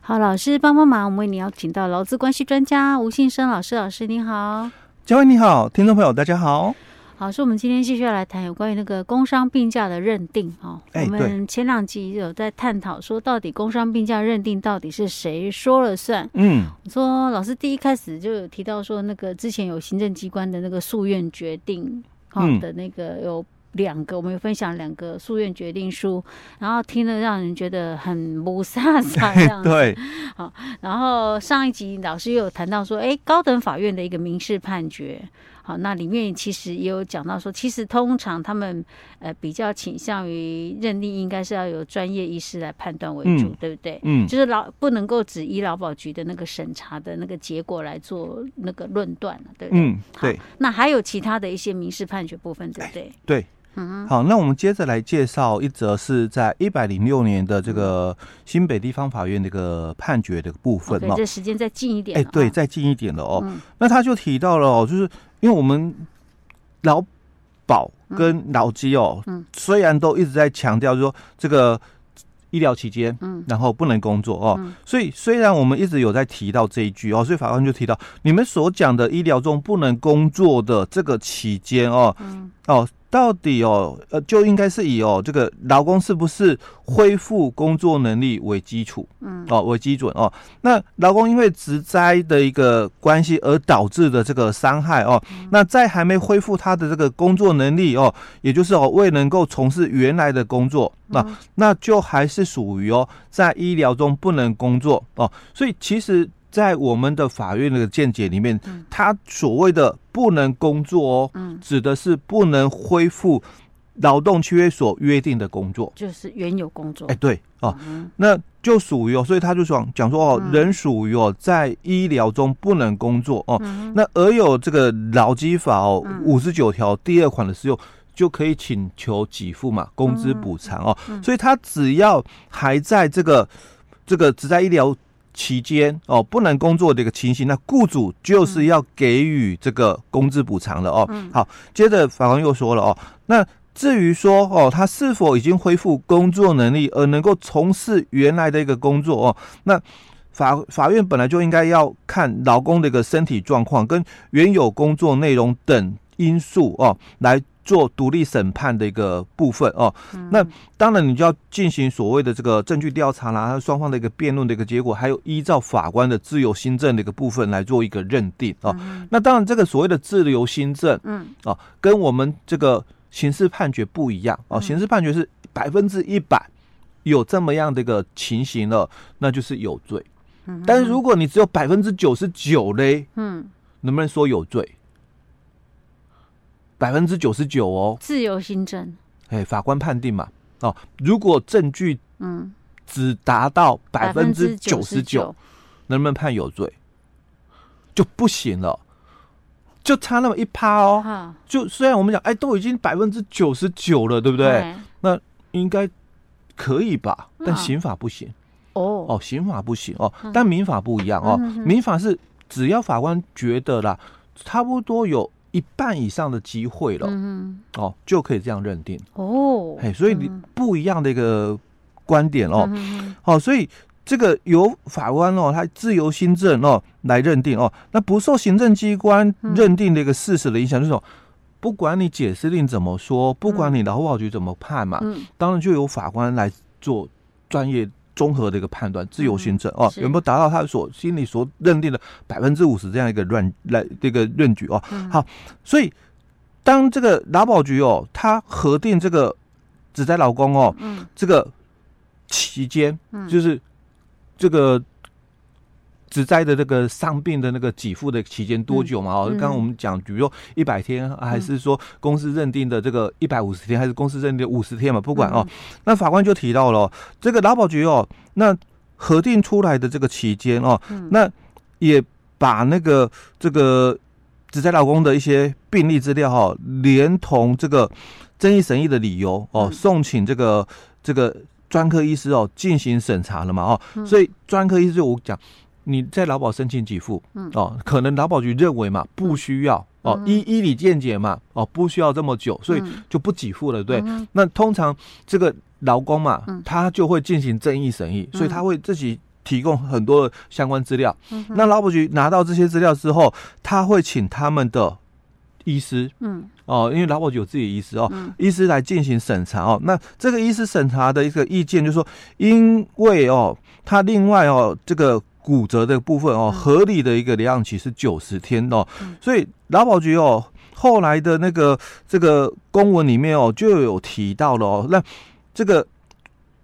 好，老师帮帮忙，我们为你邀请到劳资关系专家吴信生老师，老师您好。嘉惠你好，听众朋友大家好。好，所以我们今天继续要来谈有关于那个工伤病假的认定哦。哎我们对前两集有在探讨说，到底工伤病假认定到底是谁说了算？嗯，我说老师第一开始就有提到说，那个之前有行政机关的那个诉愿决定，好、嗯的那个有两个，我们有分享两个诉愿决定书，然后听了让人觉得很不 飒 飒这样子。对，然后上一集老师也有谈到说，诶，高等法院的一个民事判决，好，那里面其实也有讲到说，其实通常他们呃比较倾向于认定应该是要由专业医师来判断为主，嗯对不对？嗯，就是劳不能够只依劳保局的那个审查的那个结果来做那个论断了，对不对？嗯，对好。那还有其他的一些民事判决部分，对不对？对。嗯好，那我们接着来介绍一则是在一百零六年的这个新北地方法院的一个判决的部分嗯，OK，哦。这时间再近一点、哎，哦。对，再近一点了哦。嗯那他就提到了哦，就是因为我们劳保跟劳基哦，嗯虽然都一直在强调说这个医疗期间，嗯然后不能工作哦，嗯所以虽然我们一直有在提到这一句哦，所以法官就提到你们所讲的医疗中不能工作的这个期间哦，嗯哦。到底哦，呃，就应该是以哦这个劳工是不是恢复工作能力为基础，嗯哦为基准哦。那劳工因为职灾的一个关系而导致的这个伤害哦，嗯那在还没恢复他的这个工作能力哦，也就是哦未能够从事原来的工作，嗯那、那就还是属于哦在医疗中不能工作哦，所以其实。在我们的法院的见解里面嗯，他所谓的不能工作哦，嗯，指的是不能恢复劳动契约所约定的工作。就是原有工作哎、。对哦，嗯那就属于哦，所以他就想讲说哦，嗯人属于哦在医疗中不能工作哦，嗯那而有这个劳基法哦嗯五十九条第二款的适用。就可以请求给付嘛，工资补偿哦，嗯嗯嗯所以他只要还在这个这个只在医疗期间哦不能工作的一个情形，那雇主就是要给予这个工资补偿了哦。嗯好，接着法官又说了哦，那至于说哦，他是否已经恢复工作能力，而能够从事原来的一个工作哦，那法法院本来就应该要看劳工的一个身体状况跟原有工作内容等因素哦来。做独立审判的一个部分哦，那当然你就要进行所谓的这个证据调查啦，还有双方的一个辩论的一个结果，还有依照法官的自由新政的一个部分来做一个认定哦。那当然，这个所谓的自由新政，嗯哦，跟我们这个刑事判决不一样哦，嗯刑事判决是百分之一百有这么样的一个情形了，那就是有罪。嗯但是如果你只有百分之九十九嘞，嗯，能不能说有罪？百分之九十九哦，自由新政，哎，法官判定嘛，哦，如果证据嗯，只达到百分之九九十九，，能不能判有罪？就不行了，就差那么一趴哦。哈，就虽然我们讲，哎，都已经百分之九十九了，对不对？哎，应该可以吧？嗯但刑法不行、哦，哦，刑法不行哦嗯，但民法不一样哦。嗯哼哼民法是只要法官觉得啦，差不多有一半以上的机会了、嗯哦，就可以这样认定。哼，哦，哎，所以你嗯不一样的一个观点哦。嗯哼哦，所以这个由法官哦，他自由新政哦来认定哦，那不受行政机关嗯认定的一个事实的影响，就是说，不管你解释令怎么说，不管你劳保局怎么判嘛，嗯，当然就由法官来做专业。综合的一个判断，自由新政、哦，嗯是有没有达到他所心里所认定的百分之五十这样一个论来这个论据哦？嗯好所以，当这个劳保局哦，他核定这个只在劳工哦嗯这个期间，嗯，就是这个职灾的这个伤病的那个给付的期间多久嘛？哦，嗯刚刚我们讲，比如说一百天，啊还是说公司认定的这个一百五十天，还是公司认定五十天嘛？嗯不管哦，那法官就提到了哦这个劳保局哦，那核定出来的这个期间哦，嗯那也把那个这个只在老公的一些病例资料哈、连同这个争议审议的理由哦，嗯送请这个这个专科医师哦进行审查了嘛哦，嗯所以专科医师就我讲。你在劳保申请给付，嗯哦，可能劳保局认为嘛，不需要哦，嗯依依理见解嘛，哦，不需要这么久，所以嗯就不给付了，对，嗯那通常这个劳工嘛嗯，他就会进行争议审议，嗯所以他会自己提供很多的相关资料。嗯哼那劳保局拿到这些资料之后，他会请他们的医师嗯哦，因为劳保局有自己的医师哦，医师来进行审查哦。那这个医师审查的一个意见就是说，因为哦，他另外哦这个骨折的部分哦，嗯合理的一个疗养期是九十天哦，嗯所以劳保局哦后来的那个这个公文里面哦就有提到了哦，那这个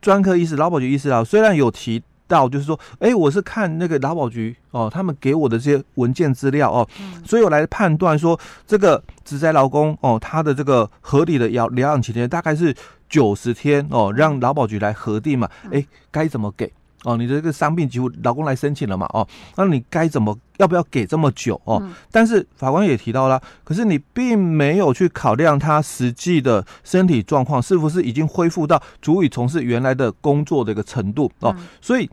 专科医师劳保局医师啊，虽然有提。到就是说，哎、我是看那个劳保局哦，他们给我的这些文件资料哦，嗯所以我来判断说，这个职灾劳工哦，他的这个合理的疗疗养期间大概是九十天哦，让劳保局来核定嘛，哎、该怎么给哦？你的这个伤病给付，劳工来申请了嘛哦，那你该怎么要不要给这么久哦？嗯但是法官也提到了，可是你并没有去考量他实际的身体状况是不是已经恢复到足以从事原来的工作的一个程度哦，嗯所以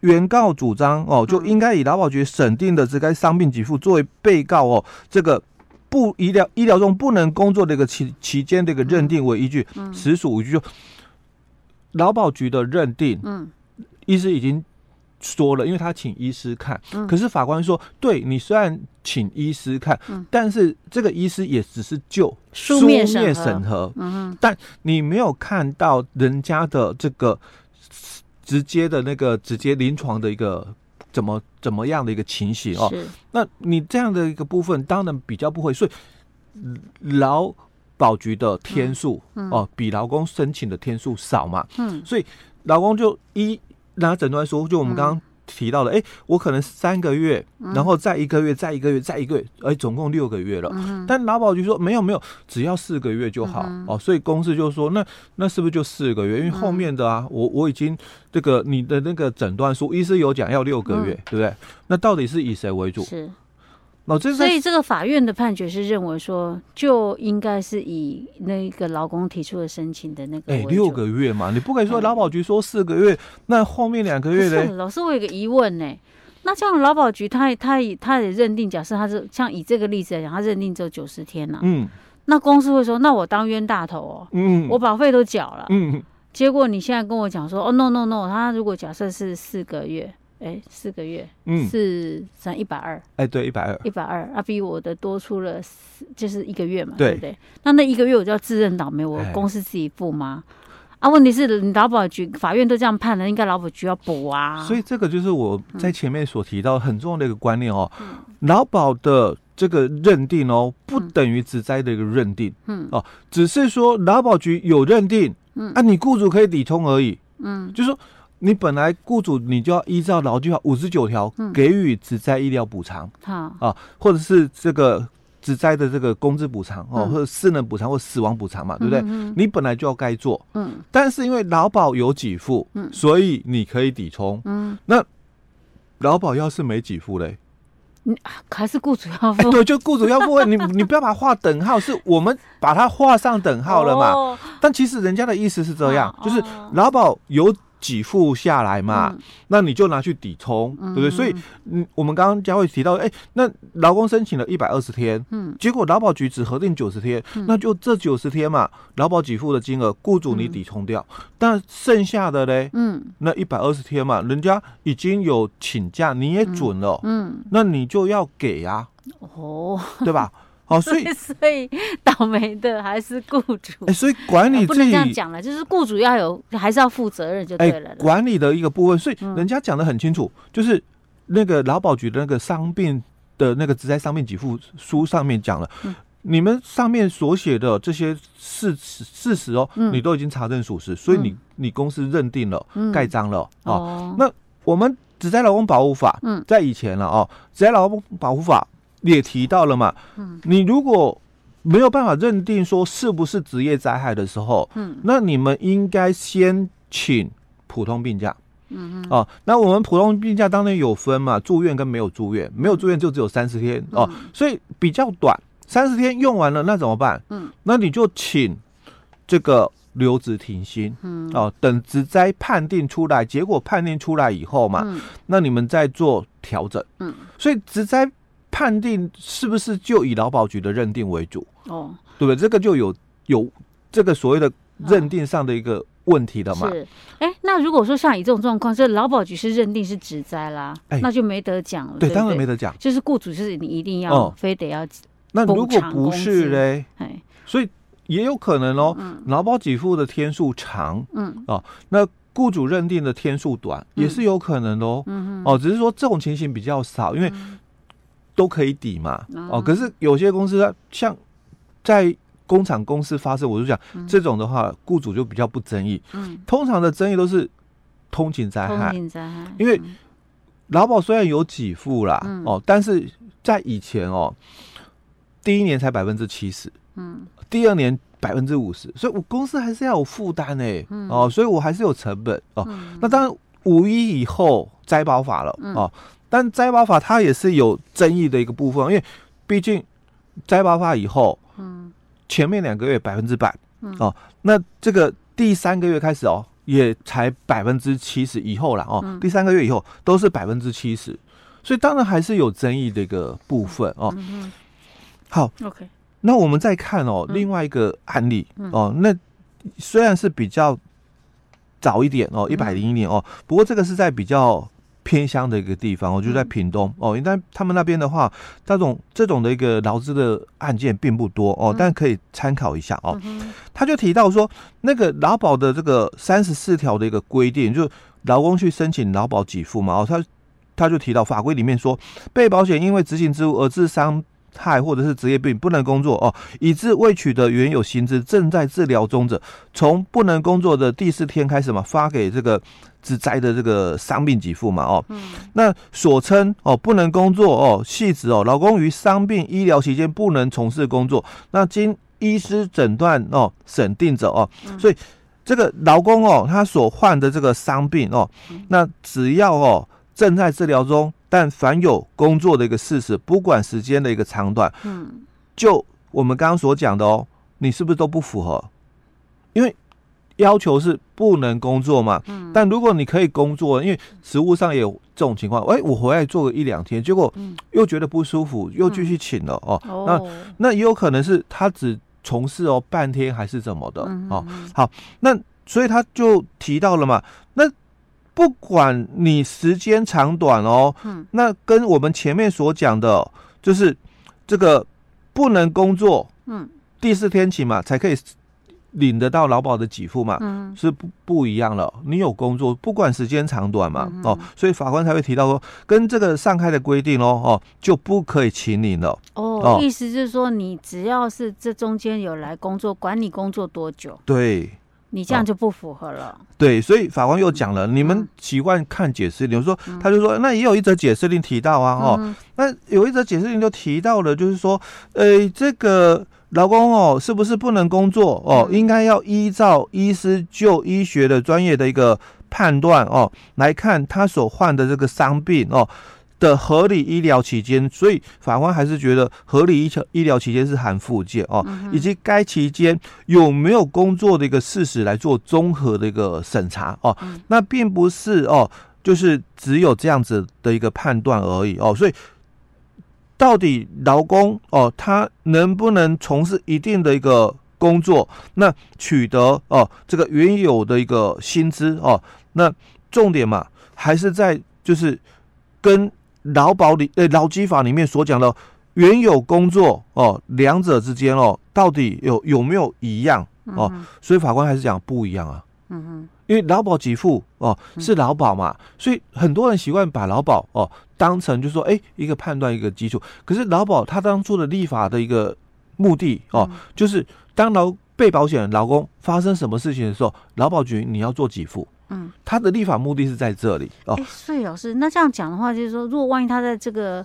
原告主张哦，就应该以劳保局审定的这该伤病给付作为被告哦，这个不医疗医疗中不能工作的一个期期间的一个认定为依据，嗯实属无据。就劳保局的认定，嗯医师已经说了，因为他请医师看，嗯可是法官说，对你虽然请医师看，嗯但是这个医师也只是就书面审核审核，嗯你没有看到人家的这个直接的那个直接临床的一个怎么怎么样的一个情形哼哦。是那你这样的一个部分，当然比较不会，所以嗯劳保局的天数、嗯嗯哦，比劳工申请的天数少嘛，嗯所以劳工就一拿诊断书，就我们刚刚。提到了，嗯哎、我可能三个月，然后再一个月，再一个月，再一个月，哎、总共六个月了。嗯哼但劳保局说没有没有，只要四个月就好、嗯哼哦，所以公司就说那那是不是就四个月？因为后面的嗯啊，我我已经这个你的那个诊断书，医师有讲要六个月，对不对？那到底是以谁为主？嗯是，那、哦、这是所在以这个法院的判决是认为说，就应该是以那个劳工提出的申请的那个哎为六主个月嘛，你不可以说嗯劳保局说四个月，那后面两个月不是嘞？老师，我有个疑问呢、那这样劳保局他也他也他也认定，假设他是像以这个例子来讲，他认定只有九十天了、嗯那公司会说，那我当冤大头哦，嗯，我保费都缴了、嗯结果你现在跟我讲说，哦 no no no，他如果假设是四个月，哎、四个月，嗯，是算一百二，哎对，一百二，一百二，啊比我的多出了四就是一个月嘛，对不对？那那一个月我就要自认倒霉，我哎公司自己付吗？啊，问题是你劳保局法院都这样判了，应该劳保局要补啊。嗯所以这个就是我在前面所提到很重要的一个观念哦，劳保的这个认定哦，不嗯等于职灾的一个认定，嗯哦，只是说劳保局有认定，嗯啊，你雇主可以抵充而已，嗯就是说你本来雇主你就要依照劳基法五十九条嗯给予职灾医疗补偿好，啊，或者是这个职灾的这个工资补偿哦，嗯或者失能补偿或死亡补偿嘛，对不对？嗯你本来就要该做，嗯但是因为劳保有给付，嗯所以你可以抵充。嗯，劳保要是没给 付嘞，还是雇主要哎，付。对，就雇主要付，你你不要把它画等号，是我们把它画上等号了嘛？哦，但其实人家的意思是这样，哦就是劳保有给付下来嘛，嗯那你就拿去抵充，对不对？嗯所以，嗯，我们刚刚佳慧提到，哎，那劳工申请了一百二十天，嗯结果劳保局只核定九十天，那就这九十天嘛，劳保给付的金额，雇主你抵充掉，但剩下的嘞，嗯那一百二十天嘛，人家已经有请假，你也准了，嗯，那你就要 给呀、哦，对吧？好、所以， 所以倒霉的还是雇主哎，。所以管理呃不自能这己。样讲了，就是雇主要有，还是要负责任就哎、对了啦。管理的一个部分，所以嗯人家讲的很清楚，就是那个劳保局的那个伤病的那个职灾伤病给付书上面讲了。嗯你们上面所写的这些事实事实哦，嗯你都已经查证属实，所以你你公司认定了嗯盖章了哦。哦那我们职灾劳工保护法，嗯在以前了哦，职灾劳工保护法也提到了嘛，嗯你如果没有办法认定说是不是职业灾害的时候，嗯那你们应该先请普通病假。嗯嗯哦，那我们普通病假当然有分嘛，住院跟没有嗯住院，没有住院就只有三十天哦，所以比较短，三十天用完了那怎么办？嗯，那你就请这个留职停薪，嗯哦，等职灾判定出来，结果判定出来以后嘛，嗯那你们再做调整。嗯，所以职灾判定是不是就以劳保局的认定为主，哦，对不对？这个就有有这个所谓的认定上的一个问题的嘛。是，哎，那如果说像以这种状况，这劳保局是认定是职灾啦，哎那就没得讲了。对，不当然没得讲。就是雇主就是你一定要、哦非得要，那如补果偿不是工资嘞，哎，所以也有可能哦，劳保给付的天数长，嗯，哦，那雇主认定的天数短，也是有可能的哦，嗯哦，只是说这种情形比较少，因为嗯都可以抵嘛，啊哦，可是有些公司它像在。工厂公司发生，我就讲这种的话，雇主就比较不争议。嗯，通常的争议都是通勤灾通害，勤灾害，哎因为劳保虽然有给付啦，嗯哦，但是在以前哦，第一年才百分之七十，嗯第二年百分之五十，所以我公司还是要有负担哎，哦，所以我还是有成本哦。嗯那当然，五一以后摘保法了、哦，但摘保法它也是有争议的一个部分，因为毕竟摘保法以后，嗯前面两个月百分之百哦，那这个第三个月开始哦，也才百分之七十以后啦哦，第三个月以后都是百分之七十，所以当然还是有争议的一个部分哦。嗯好，哼，OK，那我们再看哦，另外一个案例、哦，那虽然是比较早一点哦，一百零一年哦，不过这个是在比较偏乡的一个地方哦，就在屏东哦，但他们那边的话，这种这种的一个劳资的案件并不多哦，但可以参考一下哦。嗯他就提到说，那个劳保的这个三十四条的一个规定，就是劳工去申请劳保给付嘛，哦，他他就提到法规里面说，被保险因为执行职务而致伤害或者是职业病不能工作哦，以致未取得原有薪资，正在治疗中者，从不能工作的第四天开始嘛，发给这个职灾的这个伤病给付嘛哦，嗯那所称哦不能工作哦，系指哦劳工于伤病医疗期间不能从事工作，那经医师诊断哦审定者哦，所以这个劳工哦他所患的这个伤病哦，那只要哦正在治疗中，但凡有工作的一个事实，不管时间的一个长短，嗯就我们刚刚所讲的哦，你是不是都不符合？因为要求是不能工作嘛。嗯但如果你可以工作，因为职务上也有这种情况，哎、我回来做个一两天，结果嗯又觉得不舒服，又继续请了哦。那哦，那也有可能是他只从事哦半天还是怎么的嗯哦。哼那所以他就提到了嘛，那不管你时间长短哦，嗯那跟我们前面所讲的，就是这个不能工作嗯第四天起嘛，才可以领得到劳保的给付嘛，嗯是不不一样了。你有工作，不管时间长短嘛，嗯哦，所以法官才会提到说，跟这个上开的规定哦，哦，就不可以请领了。哦哦，意思就是说，你只要是这中间有来工作，管你工作多久，对。你这样哦就不符合了。对，所以法官又讲了，你们习惯看解释令，我说他就说，那也有一则解释令提到啊，哦，嗯那有一则解释令就提到了，就是说，呃，这个劳工哦，是不是不能工作哦？嗯应该要依照医师就医学的专业的一个判断哦，来看他所患的这个伤病哦的合理医疗期间。所以法官还是觉得合理医疗医疗期间是含附件哦，以及该期间有没有工作的一个事实来做综合的一个审查哦。那并不是哦，就是只有这样子的一个判断而已哦，所以。到底劳工哦，他能不能从事一定的一个工作，那取得哦这个原有的一个薪资哦，那重点嘛还是在就是跟劳保里呃劳基法里面所讲的原有工作哦两者之间哦到底有有没有一样哦，所以法官还是讲不一样啊。嗯哼，因为劳保给付哦嗯是劳保嘛，所以很多人习惯把劳保哦当成就说哎、一个判断一个基础。可是劳保它当初的立法的一个目的哦，嗯就是当劳被保险人劳工发生什么事情的时候，劳保局你要做给付。嗯，它的立法目的是在这里哦哎、。所以老师，那这样讲的话，就是说，如果万一他在这个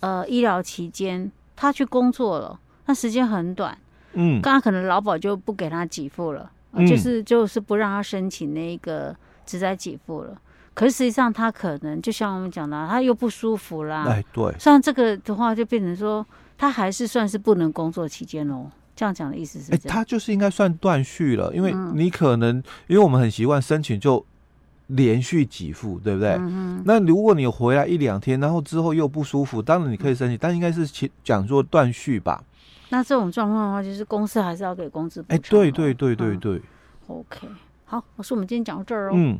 呃医疗期间他去工作了，那时间很短，嗯，刚刚可能劳保就不给他给付了，呃嗯就是就是不让他申请那个职灾给付了。可是实际上他可能就像我们讲的啊，他又不舒服啦。哎对，像这个的话，就变成说他还是算是不能工作期间喽。这样讲的意思是哎、这样。它就是应该算断续了，因为嗯你可能、因为我们很习惯申请就连续给付，对不对？嗯那如果你回来一两天，然后之后又不舒服，当然你可以申请，但应该是其讲做断续吧？哼，那这种状况的话，就是公司还是要给工资补哎、偿咯。对对对对哦嗯对， OK，好，老师，我们今天讲到这儿哦。嗯。